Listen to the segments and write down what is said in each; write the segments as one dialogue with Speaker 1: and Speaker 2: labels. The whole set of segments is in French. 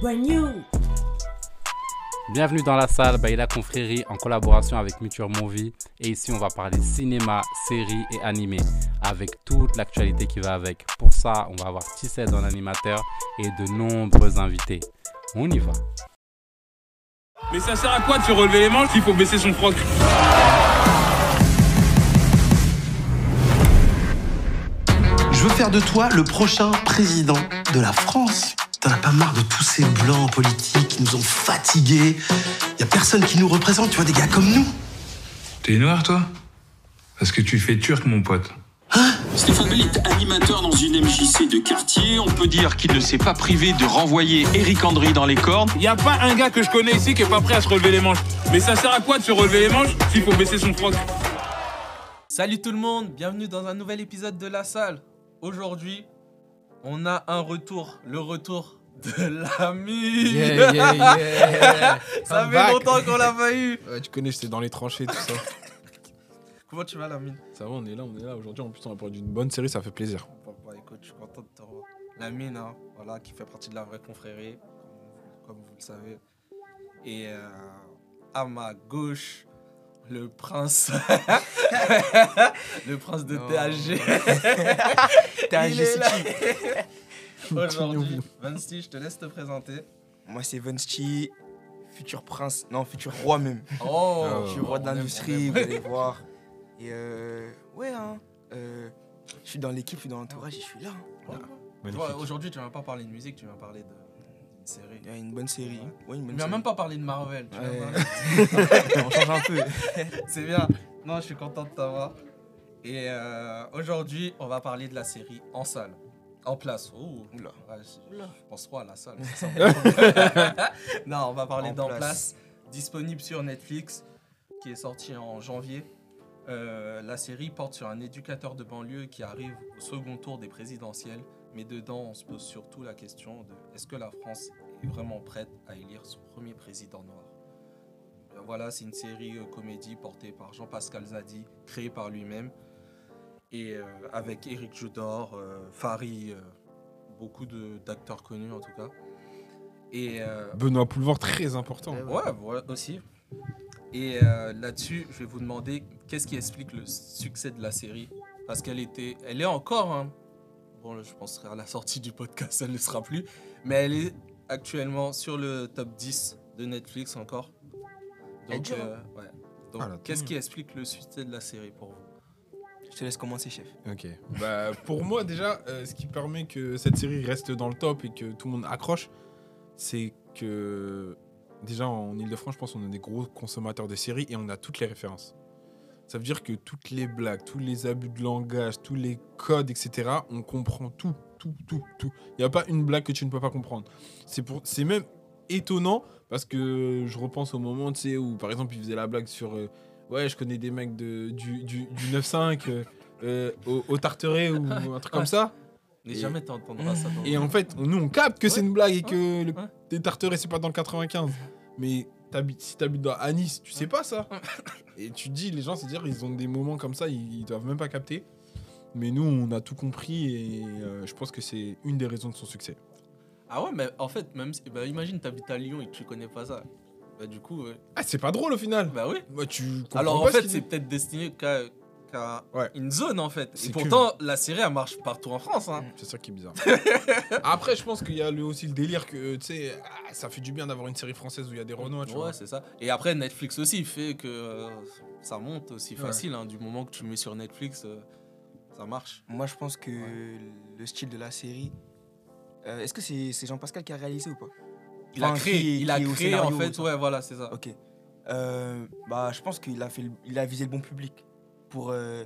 Speaker 1: brand new.
Speaker 2: Bienvenue dans la salle Baila Confrérie en collaboration avec Muture Movie. Et ici, on va parler cinéma, séries et animé avec toute l'actualité qui va avec. Pour ça, on va avoir Tissette en animateur et de nombreux invités. On y va.
Speaker 3: Mais ça sert à quoi de se relever les manches s'il faut baisser son froc
Speaker 4: Je veux faire de toi le prochain président de la France. T'en as pas marre de tous ces blancs politiques qui nous ont fatigués. Y a personne qui nous représente, tu vois, des gars comme nous.
Speaker 5: T'es noir, toi Parce que tu fais turc, mon pote.
Speaker 6: Stéphane Bell est animateur dans une MJC de quartier. On peut dire qu'il ne s'est pas privé de renvoyer Eric André dans les cordes.
Speaker 3: Y a pas un gars que je connais ici qui est pas prêt à se relever les manches. Mais ça sert à quoi de se relever les manches s'il faut baisser son froc
Speaker 7: Salut tout le monde, bienvenue dans un nouvel épisode de La Salle. Aujourd'hui, on a un retour, le retour de l'ami.
Speaker 8: Yeah, yeah, yeah.
Speaker 7: Ça
Speaker 8: I'm
Speaker 7: fait
Speaker 8: back.
Speaker 7: longtemps qu'on l'a pas eu.
Speaker 8: Ouais, tu connais, j'étais dans les tranchées, tout ça.
Speaker 7: Comment tu vas l'ami
Speaker 8: ça va, on est là, on est là. Aujourd'hui, en plus, on a parlé d'une bonne série, ça fait plaisir.
Speaker 7: Bon, bah, écoute, je suis content de te revoir. L'ami, hein, voilà, qui fait partie de la vraie confrérie, comme, comme vous le savez. Et euh, à ma gauche, le prince. le prince de
Speaker 8: Non.
Speaker 7: THG.
Speaker 9: THG,
Speaker 7: Il est
Speaker 9: c'est
Speaker 7: là. Aujourd'hui, Vancy, je te laisse te présenter.
Speaker 9: Moi, c'est Vunsti, futur prince, non, futur roi même.
Speaker 7: Oh,
Speaker 9: futur roi de l'industrie, vous allez voir. Et euh, ouais, hein. euh, je suis dans l'équipe, je suis dans l'entourage et je suis là. hein.
Speaker 7: Toi, Aujourd'hui, tu vas pas parler de musique, tu vas parler de- d'une série.
Speaker 9: Il y a une bonne série. Ouais, une bonne
Speaker 7: Mais on
Speaker 9: série.
Speaker 7: même pas parlé de Marvel. tu
Speaker 9: Ouais.
Speaker 7: vois, Marvel.
Speaker 9: on change un peu.
Speaker 7: C'est bien. Non, je suis content de t'avoir. Et euh, aujourd'hui, on va parler de la série en salle. En place. Oh,
Speaker 9: Oula.
Speaker 7: ouais, je-
Speaker 9: Oula.
Speaker 7: je pense trop à la salle. ça sent- non, on va parler
Speaker 9: En
Speaker 7: d'en place.
Speaker 9: place.
Speaker 7: disponible sur Netflix, qui est sorti en janvier. Euh, la série porte sur un éducateur de banlieue qui arrive au second tour des présidentielles, mais dedans, on se pose surtout la question de est-ce que la France est vraiment prête à élire son premier président noir Euh, Voilà, c'est une série euh, comédie portée par Jean-Pascal Zadi, créée par lui-même, et euh, avec Eric Judor, euh, Fari, euh, beaucoup de- d'acteurs connus en tout cas. Et euh,
Speaker 8: Benoît Poulevard, très important.
Speaker 7: Ouais, voilà aussi. Et euh, là-dessus, je vais vous demander qu'est-ce qui explique le succès de la série Parce qu'elle était, elle est encore. hein. Bon, là, je penserai à la sortie du podcast, elle ne sera plus. Mais elle est actuellement sur le top 10 de Netflix encore.
Speaker 9: Elle
Speaker 7: Donc,
Speaker 9: dure,
Speaker 7: euh, ouais. Donc,
Speaker 8: Ah, là,
Speaker 7: qu'est-ce
Speaker 8: tout.
Speaker 7: qui explique le succès de la série pour vous
Speaker 9: Je te laisse commencer, chef.
Speaker 8: Ok. Bah, pour moi, déjà, euh, ce qui permet que cette série reste dans le top et que tout le monde accroche, c'est que. Déjà, en Ile-de-France, je pense qu'on est des gros consommateurs de séries et on a toutes les références. Ça veut dire que toutes les blagues, tous les abus de langage, tous les codes, etc., on comprend tout, tout, tout, tout. Il n'y a pas une blague que tu ne peux pas comprendre. C'est pour... c'est même étonnant parce que je repense au moment, tu sais, où par exemple, ils faisaient la blague sur. euh, ouais, je connais des mecs de, du, du, du 9-5. euh, euh, au, au Tarteret ou un truc comme ça.
Speaker 7: Mais
Speaker 8: Et-
Speaker 7: jamais t'entendras ça dans
Speaker 8: Et en fait, on- nous, on capte que c'est
Speaker 7: Ouais,
Speaker 8: une blague et que le
Speaker 7: ouais.
Speaker 8: des Tarterets, c'est pas dans le 95. Mais t'habites- si t'habites dans- à Nice, tu sais pas ça. Et tu te dis, les gens, c'est-à-dire, ils ont des moments comme ça, ils, ils doivent même pas capter. Mais nous, on a tout compris et euh, je pense que c'est une des raisons de son succès.
Speaker 7: Ah ouais, mais en fait, même si, bah, imagine t'habites à Lyon et que tu connais pas ça. Bah, du coup, ouais.
Speaker 8: Ah, c'est pas drôle au final.
Speaker 7: bah oui.
Speaker 8: Bah, tu comprends
Speaker 7: Alors en
Speaker 8: pas ce
Speaker 7: fait,
Speaker 8: qu'il
Speaker 7: c'est
Speaker 8: dit.
Speaker 7: peut-être destiné qu'à qu'à
Speaker 8: Ouais.
Speaker 7: une zone en fait. Et
Speaker 8: C'est
Speaker 7: pourtant, la série elle marche partout en France.
Speaker 9: Mm.
Speaker 7: Hein.
Speaker 8: C'est ça qui est bizarre. Après, je pense qu'il y a le- aussi le délire que, tu sais, ah, ça fait du bien d'avoir une série française où il y a des Renois, tu vois.
Speaker 7: ouais, c'est ça. Et après, Netflix aussi fait que euh, ça monte aussi facile. hein. Du moment que tu le mets sur Netflix, euh, ça marche.
Speaker 9: Moi, je pense que le style de la série. euh, Est-ce que c'est c'est Jean-Pascal qui a réalisé ou pas
Speaker 7: Il a
Speaker 9: Enfin,
Speaker 7: créé,
Speaker 9: qui-
Speaker 7: il a
Speaker 9: qui est au
Speaker 7: créé en
Speaker 9: scénario,
Speaker 7: fait.
Speaker 9: ça.
Speaker 7: Ouais, voilà, c'est ça.
Speaker 9: Ok. Euh, bah, je pense qu'il a, fait le- il a visé le bon public pour euh,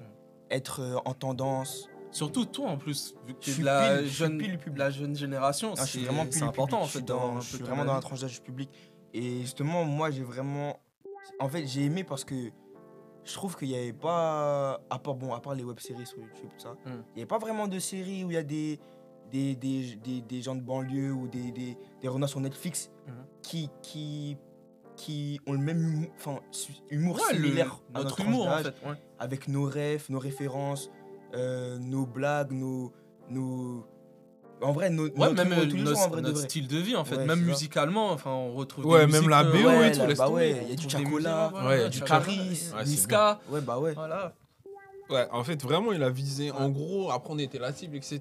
Speaker 9: être euh, en tendance.
Speaker 7: Surtout toi en plus, vu que
Speaker 9: Je
Speaker 7: tu es
Speaker 9: suis
Speaker 7: de la,
Speaker 9: pile- je suis
Speaker 7: jeune,
Speaker 9: pile public.
Speaker 7: la jeune génération,
Speaker 9: Ah, je suis
Speaker 7: c'est-
Speaker 9: vraiment
Speaker 7: c'est
Speaker 9: plus
Speaker 7: important en
Speaker 9: Je suis,
Speaker 7: fait. d'avoir
Speaker 9: dans,
Speaker 7: un
Speaker 9: je
Speaker 7: peu
Speaker 9: suis
Speaker 7: ton
Speaker 9: vraiment dans la
Speaker 7: avis.
Speaker 9: tranche d'âge public. Et justement, moi, j'ai vraiment. En fait, j'ai aimé parce que je trouve qu'il n'y avait pas. À part, bon, à part les web-séries sur YouTube, tout ça. Il
Speaker 7: Hmm.
Speaker 9: n'y avait pas vraiment de séries où il y a des, des, des, des, des gens de banlieue ou des, des, des renards sur Netflix
Speaker 7: Mhm.
Speaker 9: qui, qui, qui ont le même humour, enfin, su- humour
Speaker 7: Ouais, le-
Speaker 9: similaire à
Speaker 7: notre
Speaker 9: tranche
Speaker 7: humour en
Speaker 9: d'âge
Speaker 7: fait. ouais.
Speaker 9: avec nos refs, nos références, euh, nos blagues, nos, nos, En vrai, no-
Speaker 7: Ouais,
Speaker 9: notre
Speaker 7: même
Speaker 9: humour de
Speaker 7: euh,
Speaker 9: tous les jours, en
Speaker 7: notre,
Speaker 9: vrai, de
Speaker 7: notre
Speaker 9: vrai.
Speaker 7: style de vie, en fait.
Speaker 9: Ouais,
Speaker 7: même
Speaker 9: c'est ça.
Speaker 7: musicalement, enfin, on retrouve
Speaker 8: Ouais,
Speaker 7: des
Speaker 8: même
Speaker 7: musiques,
Speaker 8: la
Speaker 7: euh,
Speaker 8: BO et
Speaker 7: ouais,
Speaker 8: tout,
Speaker 7: la-
Speaker 8: laisse
Speaker 9: bah
Speaker 8: tomber.
Speaker 9: ouais, il y a
Speaker 7: on
Speaker 9: du
Speaker 7: trouve des
Speaker 9: Chacola,
Speaker 7: musiques,
Speaker 8: ouais,
Speaker 7: voilà,
Speaker 8: du
Speaker 7: Chacola,
Speaker 9: Caris,
Speaker 8: Ouais,
Speaker 7: du
Speaker 8: c'est
Speaker 7: Ska,
Speaker 9: ouais, bah ouais.
Speaker 7: voilà.
Speaker 8: Ouais, en fait, vraiment, il a visé. En gros, après, on était la cible, etc.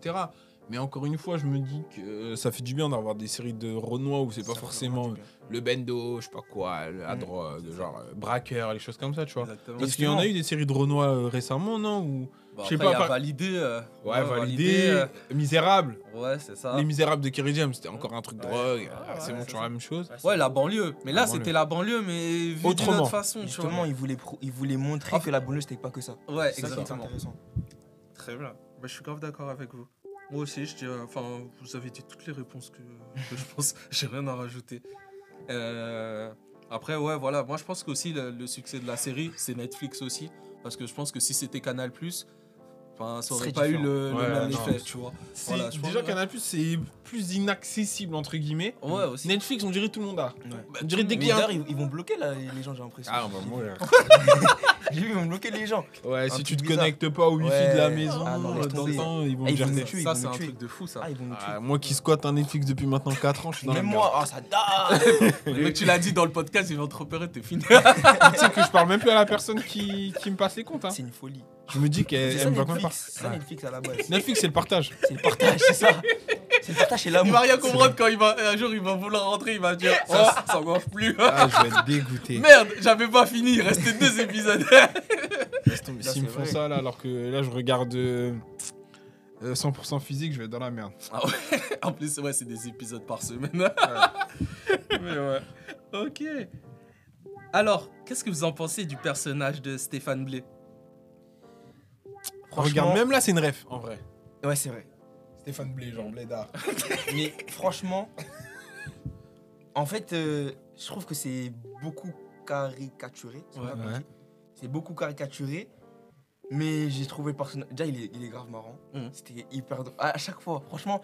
Speaker 8: Mais encore une fois, je me dis que euh, ça fait du bien d'avoir des séries de Renoir où c'est pas
Speaker 7: Ça fait
Speaker 8: forcément
Speaker 7: vraiment du bien.
Speaker 8: le bendo, je sais pas quoi, la
Speaker 9: Mm.
Speaker 8: drogue, genre euh, braqueur, les choses comme ça, tu vois.
Speaker 7: Exactement.
Speaker 8: Parce qu'il y en a eu des séries de Renoir euh, récemment, non Ou
Speaker 7: Bon,
Speaker 8: je sais
Speaker 7: bah, après, il y a
Speaker 8: pas, par-
Speaker 7: validé. euh,
Speaker 8: ouais, validé,
Speaker 7: validé, euh,
Speaker 8: misérable.
Speaker 7: Ouais, c'est ça.
Speaker 8: Les Misérables de Kerry James, c'était encore un truc
Speaker 9: Ouais.
Speaker 8: drogue.
Speaker 7: Ouais,
Speaker 8: ah, c'est
Speaker 7: ouais,
Speaker 8: bon,
Speaker 7: c'est
Speaker 8: toujours la même chose.
Speaker 7: Ouais, la banlieue. Mais
Speaker 8: La
Speaker 7: là,
Speaker 8: banlieue.
Speaker 7: c'était la banlieue, mais vu d'une
Speaker 8: Autrement.
Speaker 7: autre façon, tu
Speaker 9: Justement,
Speaker 7: vois.
Speaker 9: il voulait, prou- il voulait montrer
Speaker 8: Ah.
Speaker 7: Enfin-
Speaker 9: que la banlieue, c'était pas que ça.
Speaker 7: Ouais,
Speaker 9: C'est ça qui est
Speaker 7: exactement.
Speaker 9: intéressant.
Speaker 7: Très bien. Bah, je suis grave d'accord avec vous. Moi aussi, je dis, euh, enfin, vous avez dit toutes les réponses que, que je pense. J'ai rien à rajouter. Euh, après, ouais, voilà. Moi, je pense qu'aussi le, le succès de la série, c'est Netflix aussi, parce que je pense que si c'était Canal enfin, ça
Speaker 9: Ce
Speaker 7: aurait
Speaker 9: serait
Speaker 7: pas
Speaker 9: différent.
Speaker 7: eu le, le
Speaker 8: Ouais,
Speaker 7: même
Speaker 8: non.
Speaker 7: effet, tu vois.
Speaker 8: C'est-
Speaker 7: Voilà, je pense-
Speaker 8: déjà, Canal Plus, c'est plus inaccessible, entre guillemets.
Speaker 7: Ouais, aussi. Bah,
Speaker 8: Netflix, on dirait tout le monde a.
Speaker 9: Ouais.
Speaker 8: On dirait dès
Speaker 9: Mais
Speaker 8: qu'il y a un-
Speaker 9: d'ailleurs, ils, ils vont bloquer là, les les gens, j'ai l'impression.
Speaker 8: Ah, on va mourir.
Speaker 9: J'ai vu, ils vont bloquer les gens.
Speaker 8: Ouais,
Speaker 9: Un
Speaker 8: si
Speaker 9: truc
Speaker 8: tu te
Speaker 9: bizarre.
Speaker 8: connectes pas au wifi de la
Speaker 9: Ouais.
Speaker 8: maison,
Speaker 9: Ah non, laisse
Speaker 8: euh,
Speaker 9: tomber.
Speaker 8: t'entends, ils vont
Speaker 9: Ah,
Speaker 8: te
Speaker 9: ils
Speaker 8: dire
Speaker 9: vont
Speaker 8: ça.
Speaker 9: nous tuer,
Speaker 7: ça,
Speaker 9: ils vont
Speaker 7: c'est
Speaker 9: nous
Speaker 7: un
Speaker 9: tuer.
Speaker 7: truc de fou, ça.
Speaker 9: Ah, ils vont nous tuer.
Speaker 8: Ah, moi qui squatte un Netflix depuis maintenant 4 ans, je suis dans
Speaker 9: Même
Speaker 8: la
Speaker 9: moi, ah, ça date
Speaker 7: Mais tu l'as dit dans le podcast, ils vont te repérer, t'es fini.
Speaker 8: merde. tu sais que je parle même plus à la personne qui, qui me passe les comptes. hein.
Speaker 9: C'est une folie.
Speaker 8: Je me dis qu'elle
Speaker 9: C'est ça
Speaker 8: elle me va quand même
Speaker 9: Netflix,
Speaker 8: pas.
Speaker 9: c'est ça,
Speaker 8: Ouais.
Speaker 9: Netflix à la base.
Speaker 8: Netflix, c'est le partage.
Speaker 9: C'est le partage, c'est ça. C'est le partage, c'est l'amour.
Speaker 7: Il va rien comprendre quand il va, un jour il va vouloir rentrer, il va dire Oh, ça m'offre plus.
Speaker 8: Ah, je vais être dégoûté.
Speaker 7: Merde, j'avais pas fini, il restait deux épisodes.
Speaker 8: Laisse tomber.
Speaker 9: Là,
Speaker 8: S'ils me
Speaker 9: Bah, c'est
Speaker 8: font
Speaker 9: vrai.
Speaker 8: ça, là, alors que là, je regarde euh, euh, 100% physique, je vais être dans la merde.
Speaker 7: en plus, ouais, c'est des épisodes par semaine. Mais ouais. Ok. Alors, qu'est-ce que vous en pensez du personnage de Stéphane Blé
Speaker 9: Franchement-
Speaker 8: Regarde, même là, c'est une ref, en vrai.
Speaker 9: Ouais, c'est vrai.
Speaker 8: Stéphane Blé, genre Blédard.
Speaker 9: Mais franchement, en fait, euh, je trouve que c'est beaucoup caricaturé. c'est
Speaker 7: Ouais.
Speaker 9: pas
Speaker 8: Ouais.
Speaker 9: compliqué. C'est beaucoup caricaturé. Mais j'ai trouvé le personnage. Déjà, il est, il est grave marrant.
Speaker 7: Mhm.
Speaker 9: C'était hyper drôle. À à chaque fois, franchement,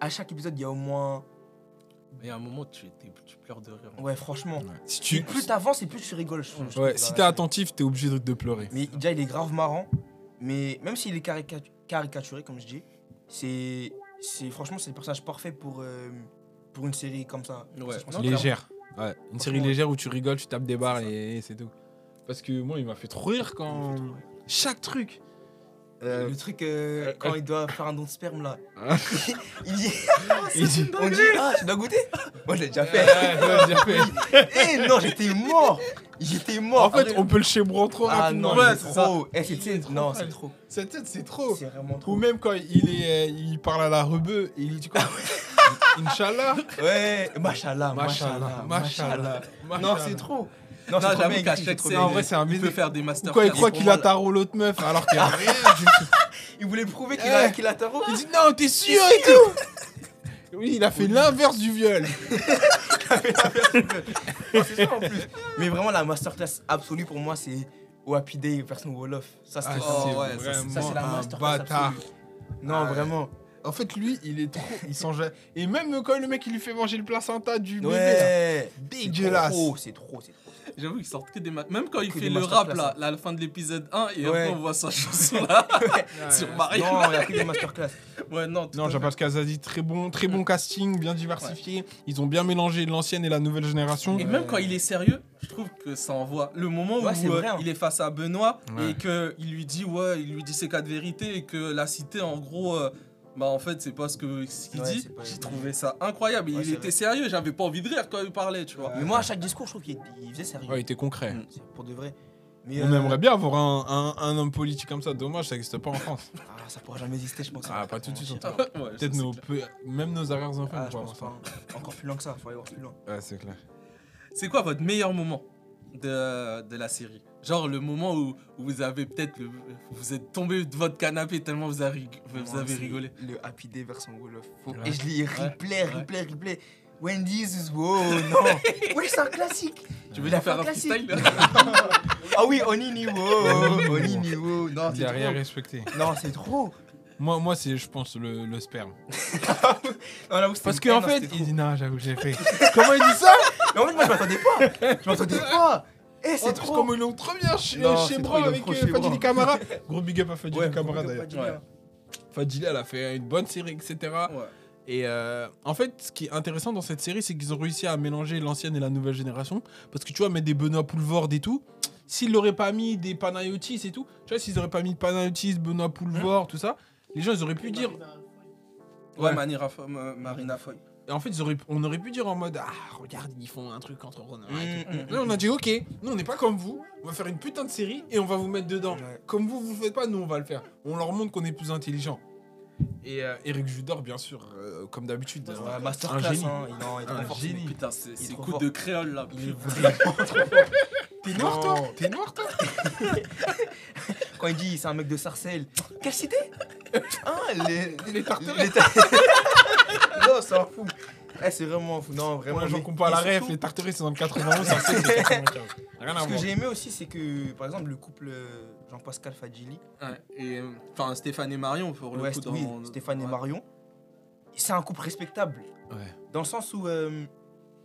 Speaker 9: à chaque épisode, il y a au moins.
Speaker 7: Il y a un moment, tu, t'es- tu pleures de rire.
Speaker 9: Ouais, franchement.
Speaker 8: Si
Speaker 9: Tu...
Speaker 8: tu.
Speaker 9: Plus t'avances et plus tu rigoles. je trouve. Je
Speaker 8: Ouais,
Speaker 9: trouve,
Speaker 8: si
Speaker 9: dans
Speaker 8: t'es
Speaker 9: la
Speaker 8: attentif, t'es obligé de- de pleurer.
Speaker 9: Mais déjà, il est grave marrant. Mais même s'il est carica- caricaturé, comme je dis, c'est, c'est franchement c'est le personnage parfait pour, euh, pour une série comme ça.
Speaker 7: Ouais.
Speaker 9: Ça, je pense
Speaker 7: Non,
Speaker 9: que-
Speaker 8: Légère. Ouais, une série
Speaker 9: Franchement,
Speaker 8: légère où tu rigoles, tu tapes des barres et c'est tout. Parce que moi, il m'a fait trop rire quand. Chaque truc. Euh,
Speaker 9: Le truc euh,
Speaker 8: euh,
Speaker 9: quand il doit faire un don de sperme là.
Speaker 8: Ah.
Speaker 9: il dit,
Speaker 8: il dit.
Speaker 9: on dit ah tu dois goûter Moi je l'ai déjà fait.
Speaker 8: Ouais, j'ai fait.
Speaker 9: Eh non j'étais mort J'étais
Speaker 8: En
Speaker 9: mort
Speaker 8: fait, on peut le chébron trop
Speaker 9: Ah
Speaker 8: rapidement.
Speaker 9: non,
Speaker 7: Ouais,
Speaker 9: il est
Speaker 7: c'est ça.
Speaker 9: trop. Eh, c'est-
Speaker 8: Il est trop
Speaker 9: non,
Speaker 8: mal.
Speaker 9: c'est trop.
Speaker 8: Cette tête, c'est trop.
Speaker 9: C'est vraiment
Speaker 8: Ou
Speaker 9: trop.
Speaker 8: même quand il, est, euh, il parle à la rebeu et il dit quoi Inch'Allah
Speaker 9: Ouais, machallah, machallah,
Speaker 8: Machallah.
Speaker 9: Non, c'est trop.
Speaker 7: Non,
Speaker 9: c'est trop
Speaker 7: j'avoue
Speaker 9: bien
Speaker 7: qu'à
Speaker 9: écrit,
Speaker 7: chaque
Speaker 9: trop
Speaker 7: scène,
Speaker 9: bien
Speaker 8: En vrai, c'est un
Speaker 7: Il peut
Speaker 8: baiser.
Speaker 7: faire des
Speaker 8: Ou
Speaker 7: masterclass.
Speaker 8: quand il croit
Speaker 7: pour
Speaker 8: qu'il
Speaker 7: moi,
Speaker 8: a
Speaker 7: là.
Speaker 8: tarot l'autre meuf alors qu'il y a rien du tout.
Speaker 9: Il voulait prouver qu'il a,
Speaker 8: Eh.
Speaker 9: qu'il a tarot.
Speaker 8: Il dit non, t'es sûr et tout Oui, il a fait l'inverse du viol.
Speaker 9: Oh, C'est ça, en plus. Mais vraiment, la masterclass absolue pour moi, c'est au Happy Day version Wolof. Ça, c'est
Speaker 8: Ah,
Speaker 7: Oh,
Speaker 8: c'est
Speaker 7: ouais, ça, c'est- ça,
Speaker 9: ça, c'est la
Speaker 8: vraiment un
Speaker 9: masterclass
Speaker 8: bâtard.
Speaker 9: absolue. Non,
Speaker 8: Ah, ouais.
Speaker 9: vraiment.
Speaker 8: En fait, lui, il est trop. Il s'en jette. Et même quand le mec, il lui fait manger le placenta du bébé. hein. là.
Speaker 9: Ouais.
Speaker 8: Dégueulasse.
Speaker 9: C'est trop, c'est trop, c'est trop.
Speaker 7: J'avoue qu'il sort que des hein. ma- Même quand il
Speaker 9: Que
Speaker 7: fait
Speaker 9: des
Speaker 7: le rap, là,
Speaker 9: masterclass,
Speaker 7: là, à la fin de l'épisode 1, et
Speaker 9: Ouais.
Speaker 7: après, on voit sa chanson là, sur Marie.
Speaker 9: Non, il y a que des masterclass.
Speaker 7: Ouais, non, tout à
Speaker 8: Non,
Speaker 7: fait.
Speaker 8: Jabal Kazadi, très bon, très bon casting, bien diversifié. Ils ont bien mélangé l'ancienne et la nouvelle génération.
Speaker 7: Et même quand il est sérieux, je trouve que ça envoie. Le moment
Speaker 9: Ouais, c'est
Speaker 7: où euh,
Speaker 9: vrai, hein.
Speaker 7: il est face à Benoît
Speaker 8: Ouais.
Speaker 7: et que il lui dit ouais, il lui dit ses quatre vérités et que la cité en gros euh, bah en fait c'est pas ce que ce qu'il
Speaker 9: Ouais,
Speaker 7: dit.
Speaker 9: c'est pas-
Speaker 7: J'ai trouvé ça incroyable.
Speaker 9: Ouais,
Speaker 7: il
Speaker 9: c'est
Speaker 7: était
Speaker 9: vrai.
Speaker 7: sérieux, j'avais pas envie de rire quand il parlait, tu vois.
Speaker 9: Mais moi, à chaque discours, je trouve qu'il il faisait sérieux.
Speaker 8: Ouais, il était concret.
Speaker 7: Mm.
Speaker 9: C'est Pour de vrai. Mais,
Speaker 8: On
Speaker 9: euh,
Speaker 8: aimerait bien avoir un, un- un homme politique comme ça. Dommage, ça n'existe pas en France.
Speaker 9: Ah, ça pourra jamais exister, je pense.
Speaker 8: Ah, pas tout de suite,
Speaker 9: Je sais
Speaker 8: surtout.
Speaker 9: pas.
Speaker 7: Ouais, ça,
Speaker 8: Peut-être
Speaker 7: c'est
Speaker 8: nos
Speaker 7: clair.
Speaker 8: peu- même nos arrière-enfants.
Speaker 9: Ah,
Speaker 8: vont
Speaker 9: je
Speaker 8: avoir
Speaker 9: pense
Speaker 8: ça.
Speaker 9: pas. Encore plus loin que ça, faut aller voir plus loin.
Speaker 8: Ouais, c'est clair.
Speaker 7: C'est quoi votre meilleur moment de, de la série Genre le moment où, où vous avez peut-être le- vous êtes tombé de votre canapé tellement vous avez, rig- vous
Speaker 9: Moi,
Speaker 7: avez
Speaker 9: c'est
Speaker 7: rigolé.
Speaker 9: Le Happy Day version Wolof. Faut-
Speaker 8: Ouais.
Speaker 9: Et je l'ai replay,
Speaker 7: Ouais.
Speaker 9: replay, replay. Wendy's is wow, non. ouais, c'est un classique.
Speaker 7: Tu veux
Speaker 9: Il a
Speaker 7: faire
Speaker 9: fait
Speaker 7: un
Speaker 9: un classique.
Speaker 7: freestyle
Speaker 9: Ah oui, Onini wow, Onini wow. Non,
Speaker 8: Il
Speaker 9: c'est
Speaker 8: a rien
Speaker 9: trop.
Speaker 8: respecté.
Speaker 9: Non, c'est trop.
Speaker 8: Moi, moi c'est, je pense, le, le sperme.
Speaker 9: Non, là où c'était
Speaker 8: Parce
Speaker 9: une
Speaker 8: qu'en
Speaker 9: peine,
Speaker 8: fait,
Speaker 9: c'était
Speaker 8: il
Speaker 9: trop.
Speaker 8: dit non, j'avoue, j'ai fait. Comment il dit ça
Speaker 9: Mais en fait, moi, je m'attendais pas. Je m'attendais pas. Eh,
Speaker 8: Oh,
Speaker 9: c'est trop.
Speaker 8: Comment ils l'ont trop bien chez,
Speaker 9: Non,
Speaker 8: chez
Speaker 9: c'est
Speaker 8: Bro
Speaker 9: trop, ils l'ont
Speaker 8: avec
Speaker 9: trop
Speaker 8: euh,
Speaker 9: chez Bro.
Speaker 8: Fadili Camara. Gros big up à Fadili
Speaker 9: Ouais,
Speaker 8: Camara
Speaker 9: faut
Speaker 8: d'ailleurs.
Speaker 9: pas dire.
Speaker 8: Fadila, elle a fait une bonne série, etc.
Speaker 7: Ouais.
Speaker 8: Et euh, en fait, ce qui est intéressant dans cette série, c'est qu'ils ont réussi à mélanger l'ancienne et la nouvelle génération. Parce que tu vois, mettre des Benoît Poulvord et tout, s'ils l'auraient pas mis des Panayotis et tout, tu vois, s'ils auraient pas mis Panayotis, Benoît Poulvord, tout ça, les gens, ils auraient pu dire.
Speaker 7: Ouais,
Speaker 8: Ouais.
Speaker 7: Manira Fo- Ma- Marina Foy.
Speaker 8: Et en fait, ils auraient- on aurait pu dire en mode Ah, regarde, ils font un truc entre et tout.
Speaker 7: Mm, mm,
Speaker 8: Là, on a dit Ok, nous, on n'est pas comme vous, on va faire une putain de série et on va vous mettre dedans. Comme vous, vous le faites pas, nous, on va le faire. On leur montre qu'on est plus intelligent. Et euh, Eric Judor, bien sûr, euh, comme d'habitude.
Speaker 9: Ouais,
Speaker 8: un- un
Speaker 9: Bah, masterclass,
Speaker 8: génie.
Speaker 9: hein. Il en est
Speaker 8: Un
Speaker 9: trop fort.
Speaker 8: génie.
Speaker 7: Putain, c'est
Speaker 9: Il est
Speaker 7: c'est
Speaker 9: trop
Speaker 7: coup
Speaker 9: fort.
Speaker 7: de créole là.
Speaker 9: Il est
Speaker 7: putain.
Speaker 9: vraiment trop fort.
Speaker 8: T'es noir, toi
Speaker 9: Non.
Speaker 8: T'es noir, toi
Speaker 9: Quand il dit c'est un mec de Sarcelles. Quelle cité Ah, les.
Speaker 8: Les tartelettes.
Speaker 9: les ta- non, c'est un fou. Eh, c'est vraiment fou. Non, vraiment.
Speaker 8: Pour les gens
Speaker 9: mais-
Speaker 8: qui ont pas la
Speaker 9: et
Speaker 8: ref,
Speaker 9: surtout,
Speaker 8: les tartelettes, c'est dans le 91, ça c'est le 95. Rien à
Speaker 9: Ce que
Speaker 8: voir.
Speaker 9: j'ai aimé aussi, c'est que, par exemple, le couple euh, Jean-Pascal Fadjili,
Speaker 7: Ouais, et euh, enfin Stéphane et Marion pour le
Speaker 9: ouais,
Speaker 7: coup
Speaker 9: c'est-
Speaker 7: dans
Speaker 9: oui, Stéphane et
Speaker 7: ouais.
Speaker 9: Marion, c'est un couple respectable. Dans le sens où il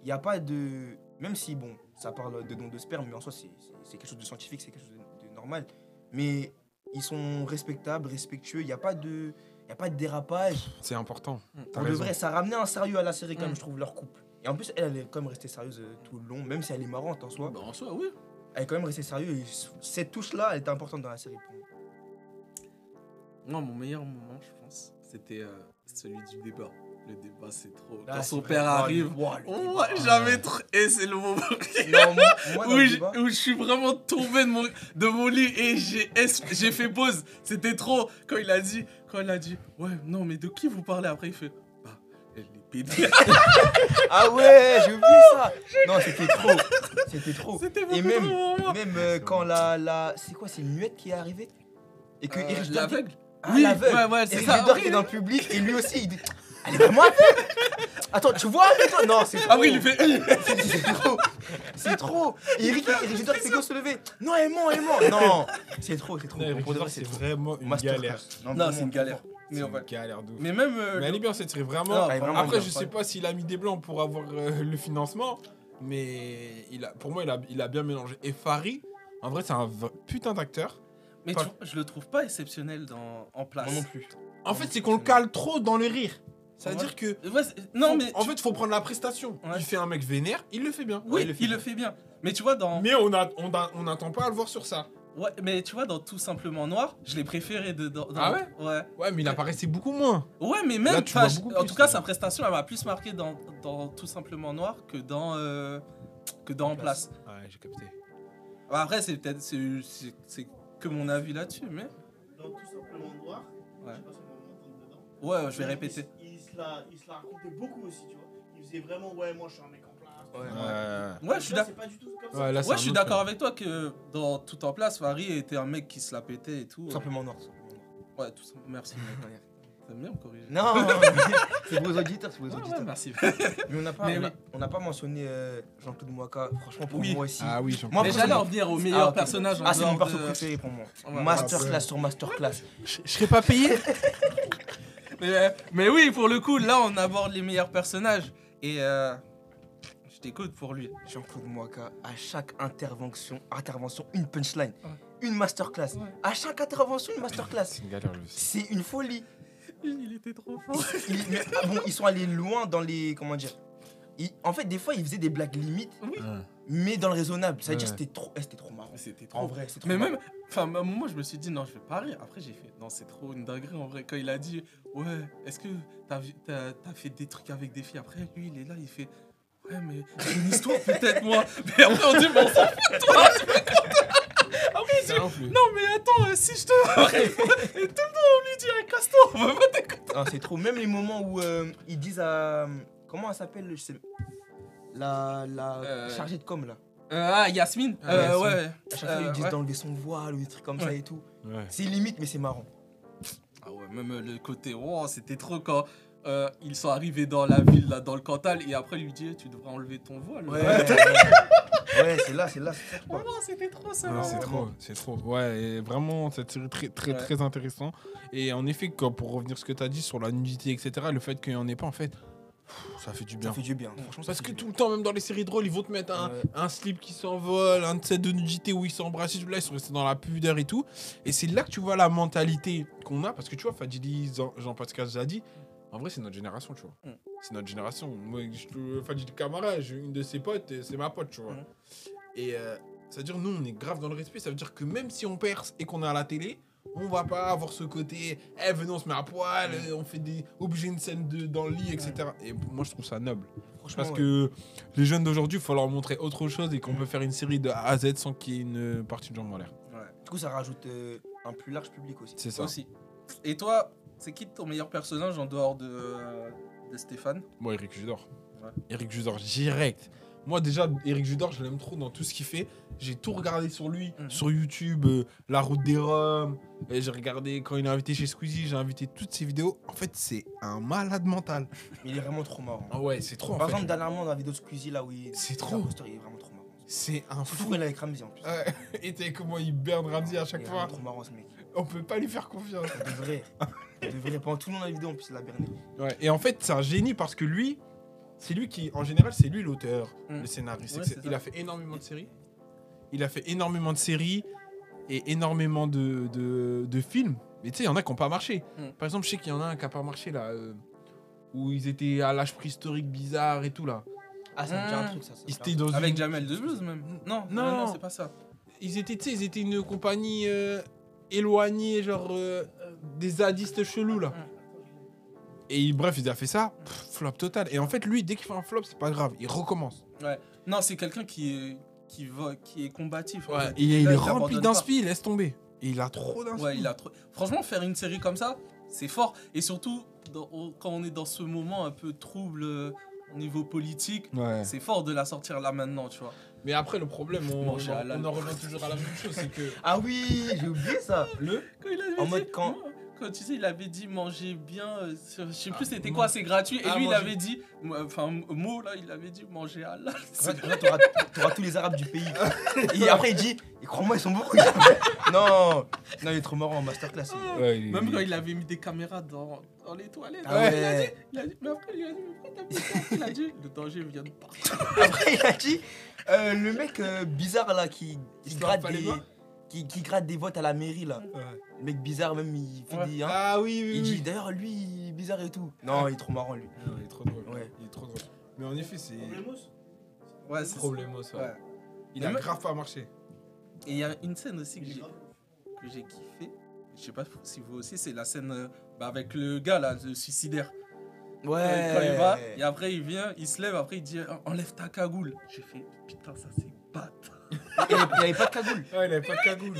Speaker 9: n'y a pas de. Même si, bon, ça parle de don de sperme, mais en soi, c'est c'est- c'est quelque chose de scientifique, c'est quelque chose de, de normal. Mais ils sont respectables, respectueux, il n'y a pas de. Il a pas de dérapage.
Speaker 8: C'est important. T'as
Speaker 9: Pour de
Speaker 8: raison.
Speaker 9: vrai, ça ramenait un sérieux à la série, quand
Speaker 7: Mm.
Speaker 9: même, je trouve, leur couple. Et en plus, elle, elle est quand même restée sérieuse euh, tout le long, même si elle est marrante en soi.
Speaker 7: Bah, en soi, oui.
Speaker 9: Elle est quand même restée sérieuse. Et s- cette touche-là, elle était importante dans la série pour moi.
Speaker 7: Non, mon meilleur moment, je pense, c'était euh, celui du débat. Le débat, c'est trop.
Speaker 9: Ah,
Speaker 7: Quand
Speaker 9: c'est
Speaker 7: son
Speaker 9: vrai.
Speaker 7: père
Speaker 9: Oh,
Speaker 7: arrive,
Speaker 9: le- oh, le
Speaker 7: oh,
Speaker 9: débat.
Speaker 7: j'avais trop. Et c'est le moment
Speaker 9: Non, moi, moi, dans
Speaker 7: où,
Speaker 9: le
Speaker 7: je,
Speaker 9: débat-
Speaker 7: où je suis vraiment tombé de mon, de mon lit et j'ai es- j'ai fait pause. C'était trop. Quand il a dit, quand il a dit, ouais, non, mais de qui vous parlez après Il fait, bah, les pédés.
Speaker 9: Ah ouais, j'ai oublié ça. Non, c'était trop. C'était trop.
Speaker 7: C'était
Speaker 9: Et
Speaker 7: beaucoup
Speaker 9: même-
Speaker 7: trop mon moment.
Speaker 9: Même euh, quand la. la... C'est quoi C'est une muette qui est arrivée Et que
Speaker 7: Euh,
Speaker 9: Eric Judor-
Speaker 7: l'aveugle.
Speaker 9: Ah,
Speaker 7: Oui,
Speaker 9: l'aveugle.
Speaker 7: ouais, ouais, c'est
Speaker 9: Eric
Speaker 7: ça.
Speaker 9: Judor
Speaker 7: Oui,
Speaker 9: qui est dans le public et lui aussi il dit Elle est vraiment aveugle Attends, tu vois mais toi Non, c'est trop.
Speaker 7: Après, il fait, euh,
Speaker 9: C'est- C'est trop. C'est trop. Et Eric, Eric Judor fait que se lever. Non, elle ment, elle ment. Non, c'est trop, c'est trop.
Speaker 8: Non, Eric
Speaker 9: Pour de vrai,
Speaker 8: Judor, c'est
Speaker 9: trop.
Speaker 8: vraiment une
Speaker 9: Masterclass.
Speaker 8: galère.
Speaker 7: non,
Speaker 9: vraiment,
Speaker 7: c'est une galère. Mais
Speaker 8: C'est
Speaker 7: on va.
Speaker 8: une galère de ouf.
Speaker 7: Mais même. euh,
Speaker 8: Mais elle est bien cette série, vraiment.
Speaker 9: Ah, elle est vraiment
Speaker 8: Après,
Speaker 9: bien,
Speaker 8: je
Speaker 9: ouais.
Speaker 8: sais pas s'il a mis des blancs pour avoir euh, le financement, mais il a, pour moi, il a, il a bien mélangé. Et Farid, en vrai, c'est un v- putain d'acteur.
Speaker 7: Mais
Speaker 8: Pas-
Speaker 7: tu vois, je le trouve pas exceptionnel dans, en place.
Speaker 9: Moi non plus.
Speaker 8: En fait, c'est qu'on le cale trop dans le rire. C'est-à-dire que.
Speaker 7: Euh, Ouais, c'est- non,
Speaker 8: faut-
Speaker 7: mais.
Speaker 8: En
Speaker 7: tu-
Speaker 8: fait, faut prendre la prestation.
Speaker 7: Ouais.
Speaker 8: Il fait un mec vénère, il le fait bien.
Speaker 7: oui,
Speaker 8: Ouais,
Speaker 7: il le, fait, bien. Mais tu vois, dans.
Speaker 8: Mais on a- on a- on n'attend pas à le voir sur ça.
Speaker 7: Ouais, mais tu vois, dans Tout Simplement Noir, je l'ai préféré dedans. dans-
Speaker 8: Ah ouais
Speaker 7: Ouais.
Speaker 8: Ouais, mais il apparaissait beaucoup moins.
Speaker 7: Ouais, mais même.
Speaker 8: Là, tu
Speaker 7: enfin,
Speaker 8: vois
Speaker 7: je-
Speaker 8: beaucoup
Speaker 7: en
Speaker 8: plus,
Speaker 7: tout cas,
Speaker 8: ouais.
Speaker 7: sa prestation, elle m'a plus marqué dans, dans Tout Simplement Noir que dans. euh, que dans En Place.
Speaker 8: Ah Ouais, j'ai capté.
Speaker 7: Bah, Après, c'est peut-être. c'est- C'est c'est que mon avis là-dessus, mais.
Speaker 1: dans tout simplement noir.
Speaker 7: Ouais.
Speaker 1: Je sais pas si on m'entend dedans.
Speaker 7: Ouais, je vais
Speaker 1: Mais
Speaker 7: répéter.
Speaker 1: Il, il se la, il se la racontait beaucoup aussi, tu vois. Il faisait vraiment, ouais, moi je suis un mec en place.
Speaker 9: Ouais.
Speaker 7: Ouais, je suis
Speaker 1: Là,
Speaker 7: d'accord.
Speaker 1: C'est pas du tout comme ça.
Speaker 8: Ouais, là, c'est
Speaker 7: Ouais,
Speaker 8: un
Speaker 7: je suis
Speaker 8: autre,
Speaker 7: d'accord avec toi que dans Tout en place, Farid était un mec qui se la pétait et tout. euh.
Speaker 9: Tout simplement noir. tout simplement noir.
Speaker 7: Ouais, tout simplement. Merci. mec. T'aimes bien me corriger
Speaker 9: Non, c'est pour les auditeurs, c'est pour les
Speaker 7: Ouais,
Speaker 9: auditeurs.
Speaker 7: ouais, merci.
Speaker 9: Mais on n'a pas,
Speaker 7: Mais
Speaker 9: on a-
Speaker 7: oui.
Speaker 9: on n'a pas mentionné euh, Jean-Claude Moaka. Franchement, pour
Speaker 7: Oui.
Speaker 9: moi aussi.
Speaker 8: Ah oui, j'en
Speaker 9: Moi,
Speaker 7: Mais
Speaker 9: après,
Speaker 7: j'allais
Speaker 9: c'est
Speaker 7: en
Speaker 9: mon-
Speaker 7: venir au meilleur
Speaker 9: ok.
Speaker 7: personnage. en
Speaker 9: Ah, c'est mon
Speaker 7: dehors
Speaker 9: perso
Speaker 7: de-
Speaker 9: préféré pour moi.
Speaker 7: Ouais.
Speaker 9: Masterclass sur masterclass.
Speaker 8: Je serais pas payé
Speaker 7: Mais, euh, mais oui, pour le coup, là, on aborde les meilleurs personnages. Et euh, je t'écoute pour lui.
Speaker 9: Jean-Claude Moaka, à chaque intervention, intervention, une punchline, une masterclass.
Speaker 7: Ouais.
Speaker 9: À chaque intervention, une masterclass.
Speaker 8: C'est une galère, le
Speaker 9: C'est une folie.
Speaker 7: Il était trop fort.
Speaker 9: Ils, mais, ah bon, ils sont allés loin dans les. Comment dire Ils- En fait, des fois, ils faisaient des blagues limites,
Speaker 7: Oui.
Speaker 9: mais dans le raisonnable. Ça veut dire
Speaker 8: Ouais.
Speaker 9: que c'était trop, eh, c'était trop marrant.
Speaker 7: C'était trop.
Speaker 9: En vrai, c'est trop
Speaker 7: Mais
Speaker 9: marrant.
Speaker 7: même, enfin, à un moment, je me suis dit, non, je vais pas rire. Après, j'ai fait, non, c'est trop une dinguerie en vrai. Quand il a dit, ouais, est-ce que t'as vu- t'as- t'as fait des trucs avec des filles Après, lui, il est là, il fait, ouais, mais une histoire peut-être, moi. Mais après, on dit, bon, on s'en fout de toi. Après, il dit, non, mais attends, euh, si je te. Et tout le temps, on lui dit, ah, casse-toi, on va pas t'écouter.
Speaker 9: Ah, c'est trop. Même les moments où euh, ils disent à. Comment elle s'appelle Je sais. La, la
Speaker 7: Euh,
Speaker 9: chargée de com là.
Speaker 7: ah, Yasmine
Speaker 9: Euh, Yasmine.
Speaker 7: ouais.
Speaker 9: À chaque fois,
Speaker 7: Euh,
Speaker 9: ils disent
Speaker 7: ouais.
Speaker 9: d'enlever son voile ou des trucs comme ça
Speaker 7: Ouais.
Speaker 9: et tout.
Speaker 8: Ouais.
Speaker 9: C'est limite, mais c'est marrant.
Speaker 7: Ah ouais, même euh, le côté, oh, c'était trop quand euh, ils sont arrivés dans la ville, là, dans le Cantal, et après, il lui dit, eh, tu devrais enlever ton voile.
Speaker 9: Ouais, ouais. Ouais, c'est là, c'est là. c'est
Speaker 7: Oh
Speaker 9: là.
Speaker 7: non, c'était trop ça.
Speaker 8: Non,
Speaker 7: non.
Speaker 8: c'est trop, c'est trop. Ouais, et vraiment, cette série très, très,
Speaker 7: Ouais.
Speaker 8: très intéressant. Et en effet, quand- pour revenir sur ce que tu as dit sur la nudité, etc., le fait qu'il n'y en ait pas, en fait, Ça fait du
Speaker 9: Ça
Speaker 8: bien.
Speaker 9: fait du bien. Franchement, ça
Speaker 8: Parce
Speaker 9: fait
Speaker 8: que
Speaker 9: du
Speaker 8: tout
Speaker 9: bien.
Speaker 8: le temps, même dans les séries drôles, ils vont te mettre un,
Speaker 9: Ouais.
Speaker 8: un slip qui s'envole, un de ces de nudité où ils s'embrassent, et tout. là ils sont restés dans la pudeur et tout. Et c'est là que tu vois la mentalité qu'on a, parce que tu vois, Fadili, Jean- Jean-Pascal Zadi, en vrai c'est notre génération, tu vois.
Speaker 9: Mm.
Speaker 8: C'est notre génération. Moi, je- Fadili Camara, j'ai une de ses potes, et c'est ma pote, tu vois.
Speaker 9: Mm.
Speaker 8: Et euh, ça veut dire, nous, on est grave dans le respect, ça veut dire que même si on perce et qu'on est à la télé, on va pas avoir ce côté, eh venez on se met à poil,
Speaker 9: Mm.
Speaker 8: euh, on fait des obligés une scène de, dans le lit, etc. Et moi je trouve ça noble.
Speaker 9: Franchement,
Speaker 8: Parce
Speaker 9: ouais.
Speaker 8: que les jeunes d'aujourd'hui, il faut leur montrer autre chose et qu'on peut faire une série de A à Z sans qu'il y ait une partie de jambes en l'air.
Speaker 9: Du coup, ça rajoute euh, un plus large public aussi.
Speaker 8: C'est ça.
Speaker 7: Aussi. Et toi, c'est qui ton meilleur personnage en dehors de, euh, de Stéphane
Speaker 8: Moi, Eric Judor.
Speaker 7: Ouais.
Speaker 8: Eric Judor, direct. Moi, déjà, Eric Judor, je l'aime trop dans tout ce qu'il fait. J'ai tout regardé sur lui,
Speaker 7: Mhm.
Speaker 8: sur YouTube, euh, La route des Roms. Et J'ai regardé quand il est invité chez Squeezie, j'ai invité toutes ses vidéos. En fait, c'est un malade mental.
Speaker 9: Mais il est vraiment trop marrant.
Speaker 8: Ah ouais, c'est trop. en
Speaker 9: Par
Speaker 8: fait.
Speaker 9: exemple, dernièrement, dans la vidéo de Squeezie, là où il.
Speaker 8: C'est
Speaker 9: la
Speaker 8: trop.
Speaker 9: poster, il est vraiment trop marrant.
Speaker 8: c'est un
Speaker 9: Surtout
Speaker 8: fou.
Speaker 9: quand il est avec Ramsey en plus.
Speaker 8: Ouais. Et t'as vu comment il berne Ramsey à
Speaker 9: Il
Speaker 8: chaque
Speaker 9: est
Speaker 8: fois.
Speaker 9: vraiment trop marrant ce mec.
Speaker 8: On peut pas lui faire confiance.
Speaker 9: De vrai. De vrai. Pendant tout le long de la vidéo, en plus, il a berné.
Speaker 8: Ouais, et en fait, c'est un génie parce que lui, c'est lui qui, en général, c'est lui l'auteur,
Speaker 7: Mm.
Speaker 8: le scénariste.
Speaker 7: Ouais,
Speaker 8: etc.
Speaker 7: c'est ça.
Speaker 8: il a fait énormément de séries. Il a fait énormément de séries et énormément de, de, de films. Mais tu sais, il y en a qui n'ont pas marché.
Speaker 7: Mm.
Speaker 8: Par exemple, je sais qu'il y en a un qui n'a pas marché là, euh, où ils étaient à l'âge préhistorique bizarre et tout là.
Speaker 9: Ah, ça me dit
Speaker 7: Mmh.
Speaker 9: un truc, ça. ça me dit
Speaker 8: Ils
Speaker 9: un
Speaker 8: étaient
Speaker 9: truc.
Speaker 8: dans
Speaker 7: Avec
Speaker 8: une-
Speaker 7: Jamel Debbouze même Non,
Speaker 8: Non.
Speaker 7: non, non, c'est pas ça.
Speaker 8: Ils étaient, tu sais, ils étaient une compagnie euh, éloignée, genre euh, des zadistes chelous là. Et il- bref, il a fait ça, pff, flop total. Et en fait, lui, dès qu'il fait un flop, c'est pas grave, il recommence.
Speaker 7: Non, c'est quelqu'un qui est, qui, va, qui est combatif. en
Speaker 8: Ouais,
Speaker 7: fait.
Speaker 8: il, il
Speaker 7: Là,
Speaker 8: est
Speaker 7: il
Speaker 8: rempli
Speaker 7: abandonne
Speaker 8: d'inspi, laisse tomber. Et il a trop d'inspi.
Speaker 7: Ouais, il a trop- Franchement, faire une série comme ça, c'est fort. Et surtout, dans- au- quand on est dans ce moment un peu trouble euh, au niveau politique,
Speaker 8: Ouais.
Speaker 7: c'est fort de la sortir là maintenant, tu vois.
Speaker 8: Mais après, le problème, on,
Speaker 7: Manger
Speaker 8: on-
Speaker 7: à la-
Speaker 8: on en revient toujours à la même chose, c'est que
Speaker 9: Ah oui, j'ai oublié ça.
Speaker 8: le.
Speaker 7: Quand il avait
Speaker 9: En
Speaker 7: dit-
Speaker 9: mode quand-
Speaker 7: quand tu sais, il avait dit manger bien, euh, je sais plus
Speaker 8: Ah,
Speaker 7: c'était
Speaker 8: non.
Speaker 7: quoi, c'est gratuit. Et
Speaker 8: Ah,
Speaker 7: lui, il
Speaker 8: manger-
Speaker 7: avait dit, enfin, mot là, il avait dit manger halal.
Speaker 9: Là, t'auras, t'auras tous les Arabes du pays. Et après, il dit, et crois-moi, ils sont beaucoup. non, non, il est trop marrant en masterclass. lui.
Speaker 7: Même quand il avait mis des caméras dans, dans les toilettes.
Speaker 9: Ah ouais.
Speaker 7: il a dit- il a dit- mais après, il a dit, mais pourquoi t'as fait ça Il a dit, le danger vient de partout.
Speaker 9: Après, il a dit, euh, le mec euh, bizarre là qui, qui
Speaker 8: Il se lave
Speaker 9: gratte
Speaker 8: pas les
Speaker 9: des,
Speaker 8: mains
Speaker 9: qui, qui gratte des votes à la mairie là. Le mec bizarre, même, il fait
Speaker 7: Ouais.
Speaker 9: des. hein.
Speaker 8: Ah oui, oui,
Speaker 9: il
Speaker 8: oui.
Speaker 9: dit, d'ailleurs, lui, il est bizarre et tout. Non, il est trop marrant lui.
Speaker 8: Non, il est trop drôle.
Speaker 9: Ouais.
Speaker 8: Il est trop drôle. Mais en effet, c'est.
Speaker 1: Problemos
Speaker 7: Ouais, c'est
Speaker 8: Problème, ça.
Speaker 7: Ouais.
Speaker 8: Il a
Speaker 7: Mais-
Speaker 8: grave pas marché.
Speaker 7: Et il y a une scène aussi que
Speaker 1: Il est
Speaker 7: j'ai
Speaker 1: grave.
Speaker 7: que j'ai kiffé. Je sais pas si vous aussi, c'est la scène euh, bah, avec le gars là, le suicidaire.
Speaker 9: Ouais.
Speaker 7: Euh, Quand il va, et après il vient, il se lève, après il dit enlève ta cagoule. J'ai fait putain, ça c'est bâtard.
Speaker 9: Il avait pas de cagoule.
Speaker 8: Ouais, il avait pas de cagoule.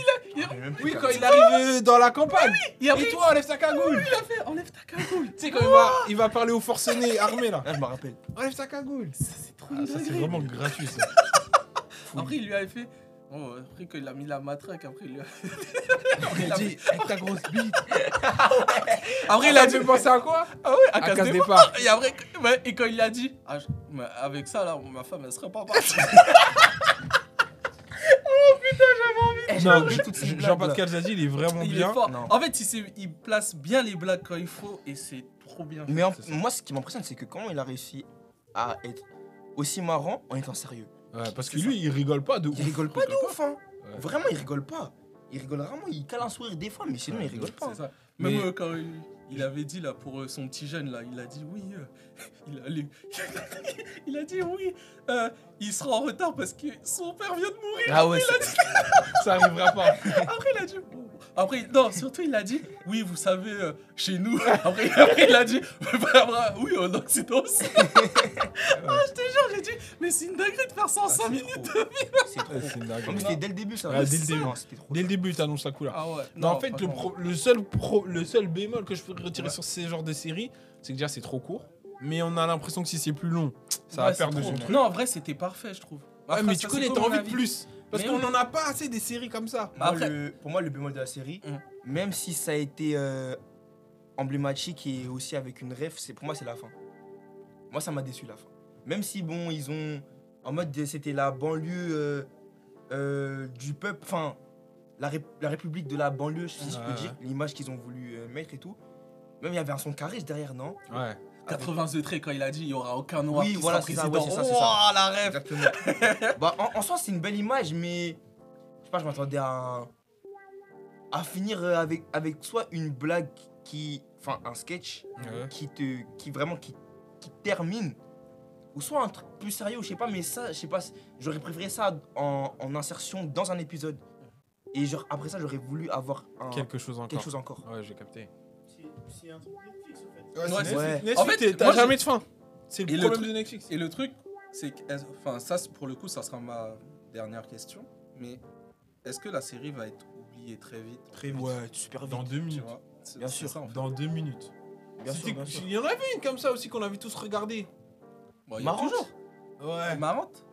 Speaker 9: Oui, quand il
Speaker 8: arrive euh, dans la campagne.
Speaker 7: Et après
Speaker 8: Et toi, enlève ta cagoule.
Speaker 7: il a fait enlève ta cagoule.
Speaker 8: Tu sais, quand il va, il va parler aux forcenés armés là.
Speaker 9: Là, je me rappelle.
Speaker 8: Enlève ta cagoule.
Speaker 7: C'est trop
Speaker 9: Ah,
Speaker 7: une
Speaker 8: Ah, ça, c'est
Speaker 7: dinguerie.
Speaker 8: vraiment gratuit ça.
Speaker 7: Après il lui avait fait. Bon, euh, après quand il a mis la matraque, après il lui a...
Speaker 8: Il a dit, avec ta grosse bite.
Speaker 7: Après il a dit
Speaker 8: fait penser à quoi
Speaker 7: Ah ouais, à,
Speaker 8: À
Speaker 7: casse
Speaker 8: casse
Speaker 7: des-
Speaker 8: départ.
Speaker 7: Et après, ouais, et quand il a dit ah, je- mais avec ça là, ma femme elle serait pas partie.
Speaker 9: Eh, j'ai
Speaker 8: Non,
Speaker 9: oublié
Speaker 8: je-
Speaker 9: toutes ces
Speaker 8: je-
Speaker 9: blagues, là.
Speaker 8: Jean-Pascal Zazie, il est vraiment
Speaker 7: Il est
Speaker 8: bien.
Speaker 7: fort.
Speaker 9: Non.
Speaker 7: En fait, il, sait- il place bien les blagues quand il faut et c'est trop bien. fait.
Speaker 9: Mais en-
Speaker 8: C'est ça.
Speaker 9: moi, ce qui m'impressionne, c'est que comment il a réussi à être aussi marrant en étant sérieux.
Speaker 8: Ouais, parce que
Speaker 9: C'est
Speaker 8: lui, il rigole pas de
Speaker 9: Il
Speaker 8: ouf.
Speaker 9: rigole pas de ouf, hein.
Speaker 8: Ouais.
Speaker 9: Vraiment, il rigole pas. Il rigole rarement, il cale un sourire des fois, mais sinon, il rigole pas.
Speaker 7: C'est ça. Même
Speaker 8: Mais-
Speaker 7: euh, quand il, il avait dit là pour euh, son petit jeune là, il a dit oui, euh, il, a, les- il a dit oui, euh, il sera en retard parce que son père vient de mourir.
Speaker 9: Ah ouais, c'est-
Speaker 8: Ça arrivera pas.
Speaker 7: Après il a dit bon. après non surtout il a dit oui vous savez euh, chez nous après, après, il a dit oui en Occident aussi. ah je te jure j'ai dit mais c'est une dinguerie de faire ça en
Speaker 9: Ah,
Speaker 7: 5
Speaker 9: c'est
Speaker 7: minutes.
Speaker 9: trop. C'est
Speaker 8: Ouais,
Speaker 9: trop.
Speaker 8: c'est une
Speaker 9: En plus,
Speaker 8: dinguerie.
Speaker 9: c'était dès le début, ça.
Speaker 8: Ouais, dès le début. hein,
Speaker 9: Non, c'était trop.
Speaker 8: Dès le début, il t'annonce la couleur.
Speaker 7: Ah ouais.
Speaker 8: Non, en fait, le,
Speaker 7: franchement.
Speaker 8: pro- le, seul pro- le seul bémol que je peux retirer
Speaker 7: Ouais.
Speaker 8: sur ces genres de séries, c'est que déjà c'est trop court, mais on a l'impression que si c'est plus long, ça va
Speaker 7: Ouais, c'est
Speaker 8: perdre de
Speaker 7: trop.
Speaker 8: son truc.
Speaker 7: Non, en vrai, c'était parfait, je trouve.
Speaker 8: Ouais,
Speaker 7: Après,
Speaker 8: mais
Speaker 7: ça,
Speaker 8: tu
Speaker 7: c'est
Speaker 8: connais,
Speaker 7: comme
Speaker 8: t'as
Speaker 7: on
Speaker 8: envie
Speaker 7: a
Speaker 8: de
Speaker 7: vu.
Speaker 8: plus. Parce
Speaker 7: Mais
Speaker 8: qu'on
Speaker 7: oui. Bah,
Speaker 8: n'en a pas assez des séries comme ça.
Speaker 9: Moi,
Speaker 7: Après-
Speaker 9: le- pour moi, le bémol de la série,
Speaker 7: Mm.
Speaker 9: même si ça a été euh, emblématique et aussi avec une ref, c'est pour moi c'est la fin. Moi, ça m'a déçu la fin. Même si bon, ils ont en mode de- c'était la banlieue euh, euh, du peuple, enfin la, ré- la République de la banlieue, si je
Speaker 8: Ouais,
Speaker 9: peux dire, l'image qu'ils ont voulu euh, mettre et tout. Même il y avait un son carré derrière, non
Speaker 8: Ouais.
Speaker 7: 80 de trait quand il a dit il y aura aucun noir
Speaker 9: Oui,
Speaker 7: qui
Speaker 9: voilà,
Speaker 7: sera
Speaker 9: c'est ça,
Speaker 7: président.
Speaker 9: ouais, c'est ça, c'est
Speaker 7: Ouah, la ref
Speaker 9: Exactement. bah, en, en soi, c'est une belle image, mais je sais pas, je m'attendais à à finir euh, avec avec soit une blague qui, enfin, un sketch
Speaker 8: Ouais.
Speaker 9: qui te, qui vraiment qui, qui termine, ou soit un truc plus sérieux, je sais pas, mais ça, je sais pas, j'aurais préféré ça en, en insertion dans un épisode. Et genre après ça, j'aurais voulu avoir un-
Speaker 8: Quelque chose encore.
Speaker 9: quelque chose encore.
Speaker 8: Ouais, j'ai capté.
Speaker 1: C'est- C'est un truc Netflix, en fait.
Speaker 9: Ouais.
Speaker 8: Bah, c'est
Speaker 9: Ouais.
Speaker 8: Netflix. Netflix,
Speaker 7: En fait,
Speaker 8: t'as
Speaker 7: moi, j'ai-
Speaker 8: jamais de fin. C'est
Speaker 7: Et
Speaker 8: le
Speaker 7: le
Speaker 8: problème
Speaker 7: truc-
Speaker 8: de Netflix.
Speaker 7: Et le truc, c'est que, est-ce- enfin, ça, c'est- pour le coup, ça sera ma dernière question. Mais est-ce que la série va être oubliée très vite
Speaker 9: Très vite. Ouais, super vite.
Speaker 8: Dans deux
Speaker 7: Tu
Speaker 8: minutes.
Speaker 7: vois C'est-
Speaker 9: Bien
Speaker 7: c'est
Speaker 9: sûr.
Speaker 7: ça, en fait.
Speaker 8: Dans deux minutes.
Speaker 9: Bien sûr,
Speaker 8: C'était-
Speaker 9: bien sûr.
Speaker 8: Il y en avait une comme ça aussi qu'on avait tous regardé.
Speaker 7: Bon, il y a
Speaker 9: Marrante.
Speaker 7: toujours.
Speaker 8: Ouais.
Speaker 7: Marrante.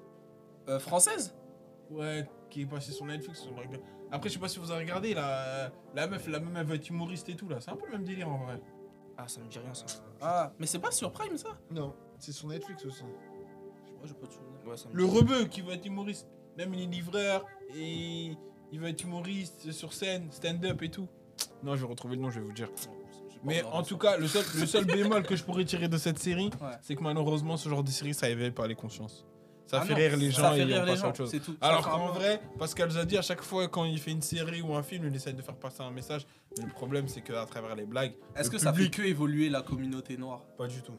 Speaker 7: Euh, française.
Speaker 8: Ouais, qui est passé sur Netflix. on l'a regardé. Après, je sais pas si vous avez regardé la, la meuf, la meuf elle va être humoriste et tout là. C'est un peu le même délire en vrai.
Speaker 9: Ah, ça me dit rien ça.
Speaker 7: Ah, mais c'est pas sur Prime ça
Speaker 10: Non, c'est sur Netflix aussi.
Speaker 7: Moi, j'ai pas de souvenir.
Speaker 9: Ouais, ça me
Speaker 8: Le
Speaker 9: dit-
Speaker 8: rebeu qui va être humoriste. Même il est livreur et il va être humoriste sur scène, stand-up et tout. Non, je vais retrouver le nom, je vais vous dire.
Speaker 7: J'ai pas
Speaker 8: Mais
Speaker 7: regardé
Speaker 8: en
Speaker 7: Oh, ça.
Speaker 8: tout cas, le seul, le seul bémol que je pourrais tirer de cette série,
Speaker 7: Ouais.
Speaker 8: c'est que malheureusement, ce genre de série, ça éveille pas les consciences. Ça
Speaker 7: Ah
Speaker 8: fait
Speaker 7: non,
Speaker 8: rire les gens
Speaker 7: ça fait
Speaker 8: et ils
Speaker 7: rire
Speaker 8: en
Speaker 7: les
Speaker 8: passent à
Speaker 7: gens,
Speaker 8: autre chose.
Speaker 7: c'est tout. Ça
Speaker 8: Alors
Speaker 7: fait
Speaker 8: qu'en
Speaker 7: un-
Speaker 8: vrai, Pascal Zadi, à chaque fois quand il fait une série ou un film, il essaie de faire passer un message. Mais le problème, c'est qu'à travers les blagues,
Speaker 7: Est-ce
Speaker 8: le
Speaker 7: que ça fait
Speaker 8: public-
Speaker 7: que évoluer la communauté noire
Speaker 8: pas du tout.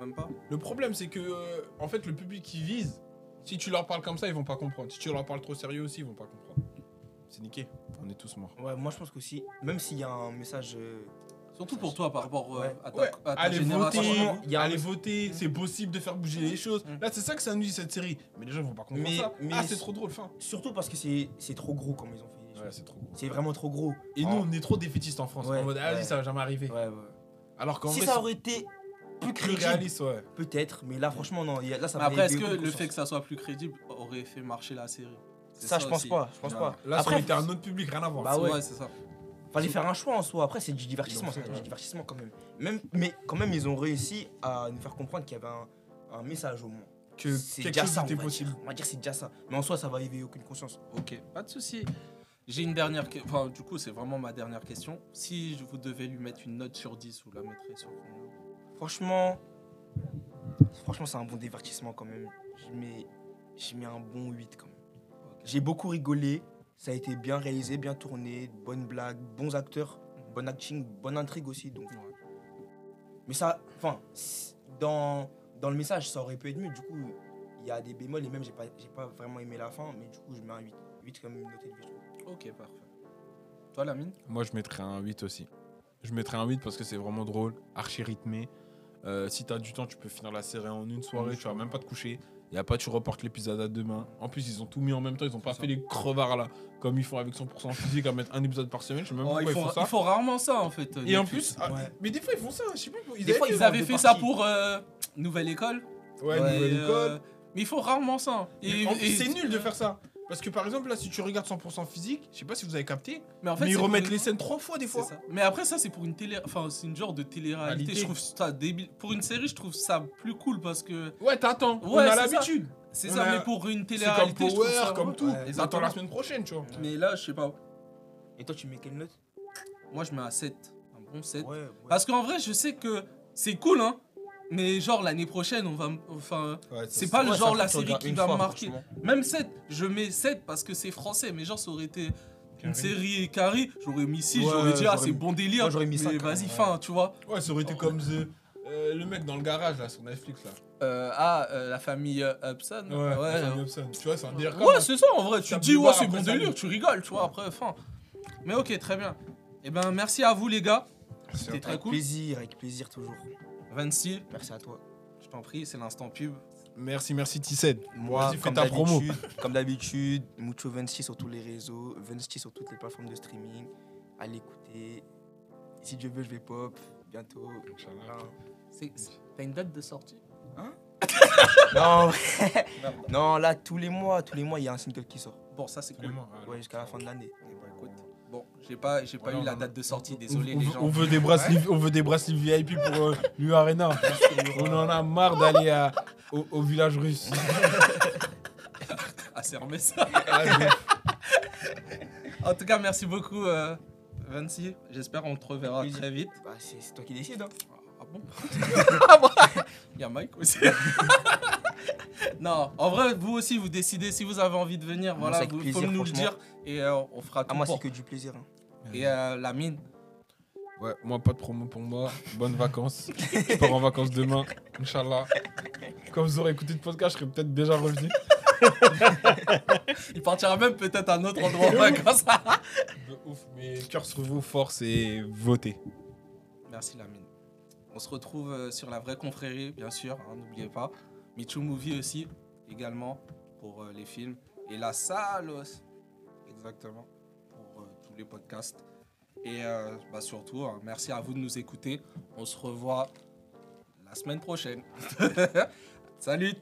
Speaker 7: Même pas
Speaker 8: Le problème, c'est que, euh, en fait, le public qui vise, si tu leur parles comme ça, ils vont pas comprendre. Si tu leur parles trop sérieux aussi, ils vont pas comprendre. C'est niqué. On est tous morts.
Speaker 9: Ouais, moi je pense qu'aussi, même s'il y a un message. euh,
Speaker 7: Surtout pour toi par rapport euh,
Speaker 9: Ouais.
Speaker 7: à ta,
Speaker 8: Ouais,
Speaker 7: à ta
Speaker 8: allez voter,
Speaker 7: génération.
Speaker 9: Franchement, il y a un-
Speaker 8: allez voter, c'est possible de faire bouger les choses.
Speaker 7: Mm.
Speaker 8: Là, c'est ça que ça nous dit cette série. Mais les gens vont pas comprendre
Speaker 9: Mais-
Speaker 8: ça.
Speaker 9: mais-
Speaker 8: ah, c'est trop drôle, fin.
Speaker 9: Surtout parce que c'est c'est trop gros comme ils ont fait. les
Speaker 8: Ouais,
Speaker 9: choses.
Speaker 8: c'est trop gros.
Speaker 9: C'est vraiment trop gros. Oh.
Speaker 8: Et nous,
Speaker 9: En-
Speaker 8: on est trop défaitistes en France.
Speaker 9: Ouais,
Speaker 8: en mode, ah, vas-y,
Speaker 9: ouais.
Speaker 8: ça va jamais arriver.
Speaker 9: Ouais, ouais.
Speaker 8: Alors qu'en
Speaker 9: si
Speaker 8: vrai,
Speaker 9: ça aurait été plus
Speaker 8: c'est plus
Speaker 9: crédible,
Speaker 8: réaliste, ouais.
Speaker 9: peut-être, mais là franchement, non. il y a- Là, ça
Speaker 7: Mais
Speaker 9: m'avait
Speaker 7: après, est-ce
Speaker 9: éveillé
Speaker 7: que
Speaker 9: beaucoup
Speaker 7: le
Speaker 9: de
Speaker 7: fait que
Speaker 9: conscience.
Speaker 7: ça soit plus crédible aurait fait marcher la série C'est
Speaker 9: Ça, je pense
Speaker 7: aussi.
Speaker 9: pas. Je pense
Speaker 7: Non.
Speaker 9: pas.
Speaker 8: Là, ça
Speaker 9: après,
Speaker 8: aurait été un autre public, rien à voir.
Speaker 9: Bah ouais.
Speaker 7: c'est ça.
Speaker 9: fallait faire un choix en soi. Après, c'est du divertissement.
Speaker 8: Ils l'ont
Speaker 9: C'est
Speaker 8: fait,
Speaker 9: du
Speaker 8: ouais.
Speaker 9: divertissement quand même. même. Mais quand même, ils ont réussi à nous faire comprendre qu'il y avait un, un message au moins.
Speaker 8: Que
Speaker 9: C'est
Speaker 8: quelque
Speaker 9: déjà
Speaker 8: chose
Speaker 9: ça.
Speaker 8: était
Speaker 9: on va
Speaker 8: possible.
Speaker 9: dire. On va dire c'est déjà ça. Mais en soi, ça va éveiller aucune conscience.
Speaker 7: Ok, pas de souci. J'ai une dernière que- Enfin, du coup, c'est vraiment ma dernière question. Si je vous devais lui mettre une note sur 10, vous la mettrez sur combien
Speaker 9: Franchement, franchement, c'est un bon divertissement quand même. Je mets, je mets un bon 8 quand même. J'ai beaucoup rigolé. Ça a été bien réalisé, bien tourné, bonnes blagues, bons acteurs, bon acting, bonne intrigue aussi. Donc. Mais ça, enfin, c- dans, dans le message, ça aurait pu être mieux. Du coup, il y a des bémols et même, j'ai pas, j'ai pas vraiment aimé la fin, mais du coup, je mets un 8. 8 comme une note élevée, je trouve.
Speaker 7: Ok, parfait. Toi, Lamine
Speaker 8: Moi, je mettrais un 8 aussi. Je mettrais un 8 parce que c'est vraiment drôle, archi rythmé. Euh, si t'as du temps, tu peux finir la série en une soirée, tu vas même pas te coucher. Y a pas, tu reportes l'épisode à demain. En plus, ils ont tout mis en même temps, ils ont pas
Speaker 7: ça.
Speaker 8: fait les crevards là, comme ils font avec 100% physique à mettre un épisode par semaine. Je sais même pas
Speaker 7: Oh, ils,
Speaker 8: pourquoi
Speaker 7: font,
Speaker 8: ils font ça.
Speaker 7: ils font rarement ça, en fait.
Speaker 8: Et en
Speaker 7: Netflix.
Speaker 8: plus, ah,
Speaker 9: Ouais.
Speaker 8: mais des fois ils font ça, je sais plus. Ils
Speaker 7: Des fois,
Speaker 8: fait-
Speaker 7: ils avaient
Speaker 9: des
Speaker 7: fait ça
Speaker 9: parties.
Speaker 7: pour euh, Nouvelle École.
Speaker 8: Ouais,
Speaker 7: Et,
Speaker 8: nouvelle
Speaker 7: euh,
Speaker 8: école.
Speaker 7: Mais ils font rarement ça.
Speaker 8: Mais
Speaker 7: Et-
Speaker 8: en plus,
Speaker 7: et-
Speaker 8: c'est nul de faire ça. Parce que par exemple, là, si tu regardes 100% physique, je sais pas si vous avez capté,
Speaker 7: Mais en fait,
Speaker 8: mais ils
Speaker 7: c'est
Speaker 8: remettent
Speaker 7: pour-
Speaker 8: les scènes trois fois des
Speaker 7: C'est
Speaker 8: fois.
Speaker 7: ça. Mais après ça c'est pour une télé enfin c'est une genre de télé-réalité,
Speaker 8: Réalité.
Speaker 7: je trouve ça débile. Pour une série, je trouve ça plus cool parce que
Speaker 8: Ouais, t'attends, on
Speaker 7: Ouais,
Speaker 8: a
Speaker 7: c'est ça.
Speaker 8: l'habitude.
Speaker 7: c'est
Speaker 8: On
Speaker 7: ça
Speaker 8: a-
Speaker 7: mais pour une
Speaker 8: C'est comme
Speaker 7: télé-réalité, je trouve
Speaker 8: Power,
Speaker 7: ça
Speaker 8: comme
Speaker 7: ouais.
Speaker 8: tout.
Speaker 9: Ouais,
Speaker 8: T'attends
Speaker 7: exactement.
Speaker 8: la semaine prochaine, tu vois.
Speaker 7: Mais là, je sais pas.
Speaker 9: Et toi, tu mets quelle note
Speaker 7: Moi, je mets un 7, un bon 7.
Speaker 9: Ouais, ouais.
Speaker 7: Parce qu'en vrai, je sais que c'est cool hein. Mais genre l'année prochaine, on va m- enfin c'est pas le
Speaker 9: Ouais, ça
Speaker 7: genre
Speaker 9: fait
Speaker 7: la
Speaker 9: sur
Speaker 7: série qui
Speaker 9: une
Speaker 7: va
Speaker 9: fois,
Speaker 7: marquer.
Speaker 9: franchement.
Speaker 7: Même 7, je mets 7 parce que c'est français mais genre ça aurait été une série carrée, j'aurais mis 6,
Speaker 9: Ouais,
Speaker 7: j'aurais dit ah
Speaker 9: j'aurais
Speaker 7: c'est
Speaker 9: mis-
Speaker 7: bon délire.
Speaker 9: Moi, j'aurais mis
Speaker 7: mais
Speaker 9: cinq, hein.
Speaker 7: vas-y
Speaker 9: ouais.
Speaker 7: fin, tu vois.
Speaker 8: Ouais, ça aurait été comme The- euh, le mec dans le garage là sur Netflix là.
Speaker 7: Euh, ah euh, la famille euh, Hobson.
Speaker 8: Samuel
Speaker 7: euh,
Speaker 8: Hobson. Tu vois, c'est un délire comme
Speaker 7: Ouais, c'est ça en vrai. Tu
Speaker 8: Ça
Speaker 7: te dis,
Speaker 8: boulevard
Speaker 7: ouais, c'est
Speaker 8: après
Speaker 7: bon
Speaker 8: ça,
Speaker 7: délire,
Speaker 8: lui.
Speaker 7: tu rigoles, tu vois, après, fin. Mais ok, très bien. Eh ben, merci à vous, les gars. C'était très
Speaker 9: Avec
Speaker 7: cool.
Speaker 9: plaisir, avec plaisir toujours.
Speaker 7: 26,
Speaker 9: Merci à toi.
Speaker 7: je t'en prie, c'est l'instant pub.
Speaker 8: Merci, merci Tissed.
Speaker 9: Moi,
Speaker 8: Vas-y, fais
Speaker 9: comme
Speaker 8: ta promo.
Speaker 9: d'habitude, comme d'habitude, Mucho 26 sur tous les réseaux, 26 sur toutes les plateformes de streaming. Allez écouter. Si Dieu veut, je vais pop bientôt.
Speaker 7: C'est- c'est- T'as une date de sortie
Speaker 9: Non, non, là tous les mois, tous les mois, il y a un single qui sort.
Speaker 7: Bon, ça, c'est cool.
Speaker 9: Ouais, jusqu'à la fin de l'année.
Speaker 8: Eh ben,
Speaker 7: Bon, j'ai pas, j'ai pas
Speaker 8: Voilà,
Speaker 7: eu la
Speaker 8: on-
Speaker 7: date de sortie, désolé,
Speaker 8: On,
Speaker 7: les
Speaker 8: veut-
Speaker 7: gens.
Speaker 8: on veut des bracelets, on veut des bracelets VIP pour euh, l'U Arena. on en a marre d'aller à- au, au village russe.
Speaker 7: Ah, c'est remis ça.
Speaker 8: Ah, mais-
Speaker 7: En tout cas, merci beaucoup, euh, 26. J'espère on te reverra
Speaker 9: Avec plaisir.
Speaker 7: très vite.
Speaker 9: Bah, c'est c'est toi qui décides. hein.
Speaker 7: Ah bon Il y a Mike aussi. non, en vrai, vous aussi, vous décidez si vous avez envie de venir.
Speaker 9: Moi, c'est
Speaker 7: voilà,
Speaker 9: avec
Speaker 7: vous
Speaker 9: plaisir,
Speaker 7: faut nous le
Speaker 9: franchement.
Speaker 7: dire et euh, on fera tout
Speaker 9: Ah, moi, c'est
Speaker 7: pour.
Speaker 9: que du plaisir. hein.
Speaker 7: Et euh, la mine.
Speaker 8: Ouais, moi, pas de promo pour moi. Bonnes vacances. je pars en vacances demain, Inch'Allah. Quand vous aurez écouté le podcast, je serai peut-être déjà revenu.
Speaker 7: Il partira même peut-être à un autre endroit en vacances.
Speaker 8: De ouf, mais cœur sur vous, force et votez.
Speaker 7: Merci Lamine. On se retrouve euh, sur la vraie confrérie, bien sûr, hein, n'oubliez pas. Michou Movie aussi, également, pour euh, les films. Et la salle, aussi, exactement, pour euh, tous les podcasts. Et euh, bah, surtout, hein, merci à vous de nous écouter. On se revoit la semaine prochaine. Salut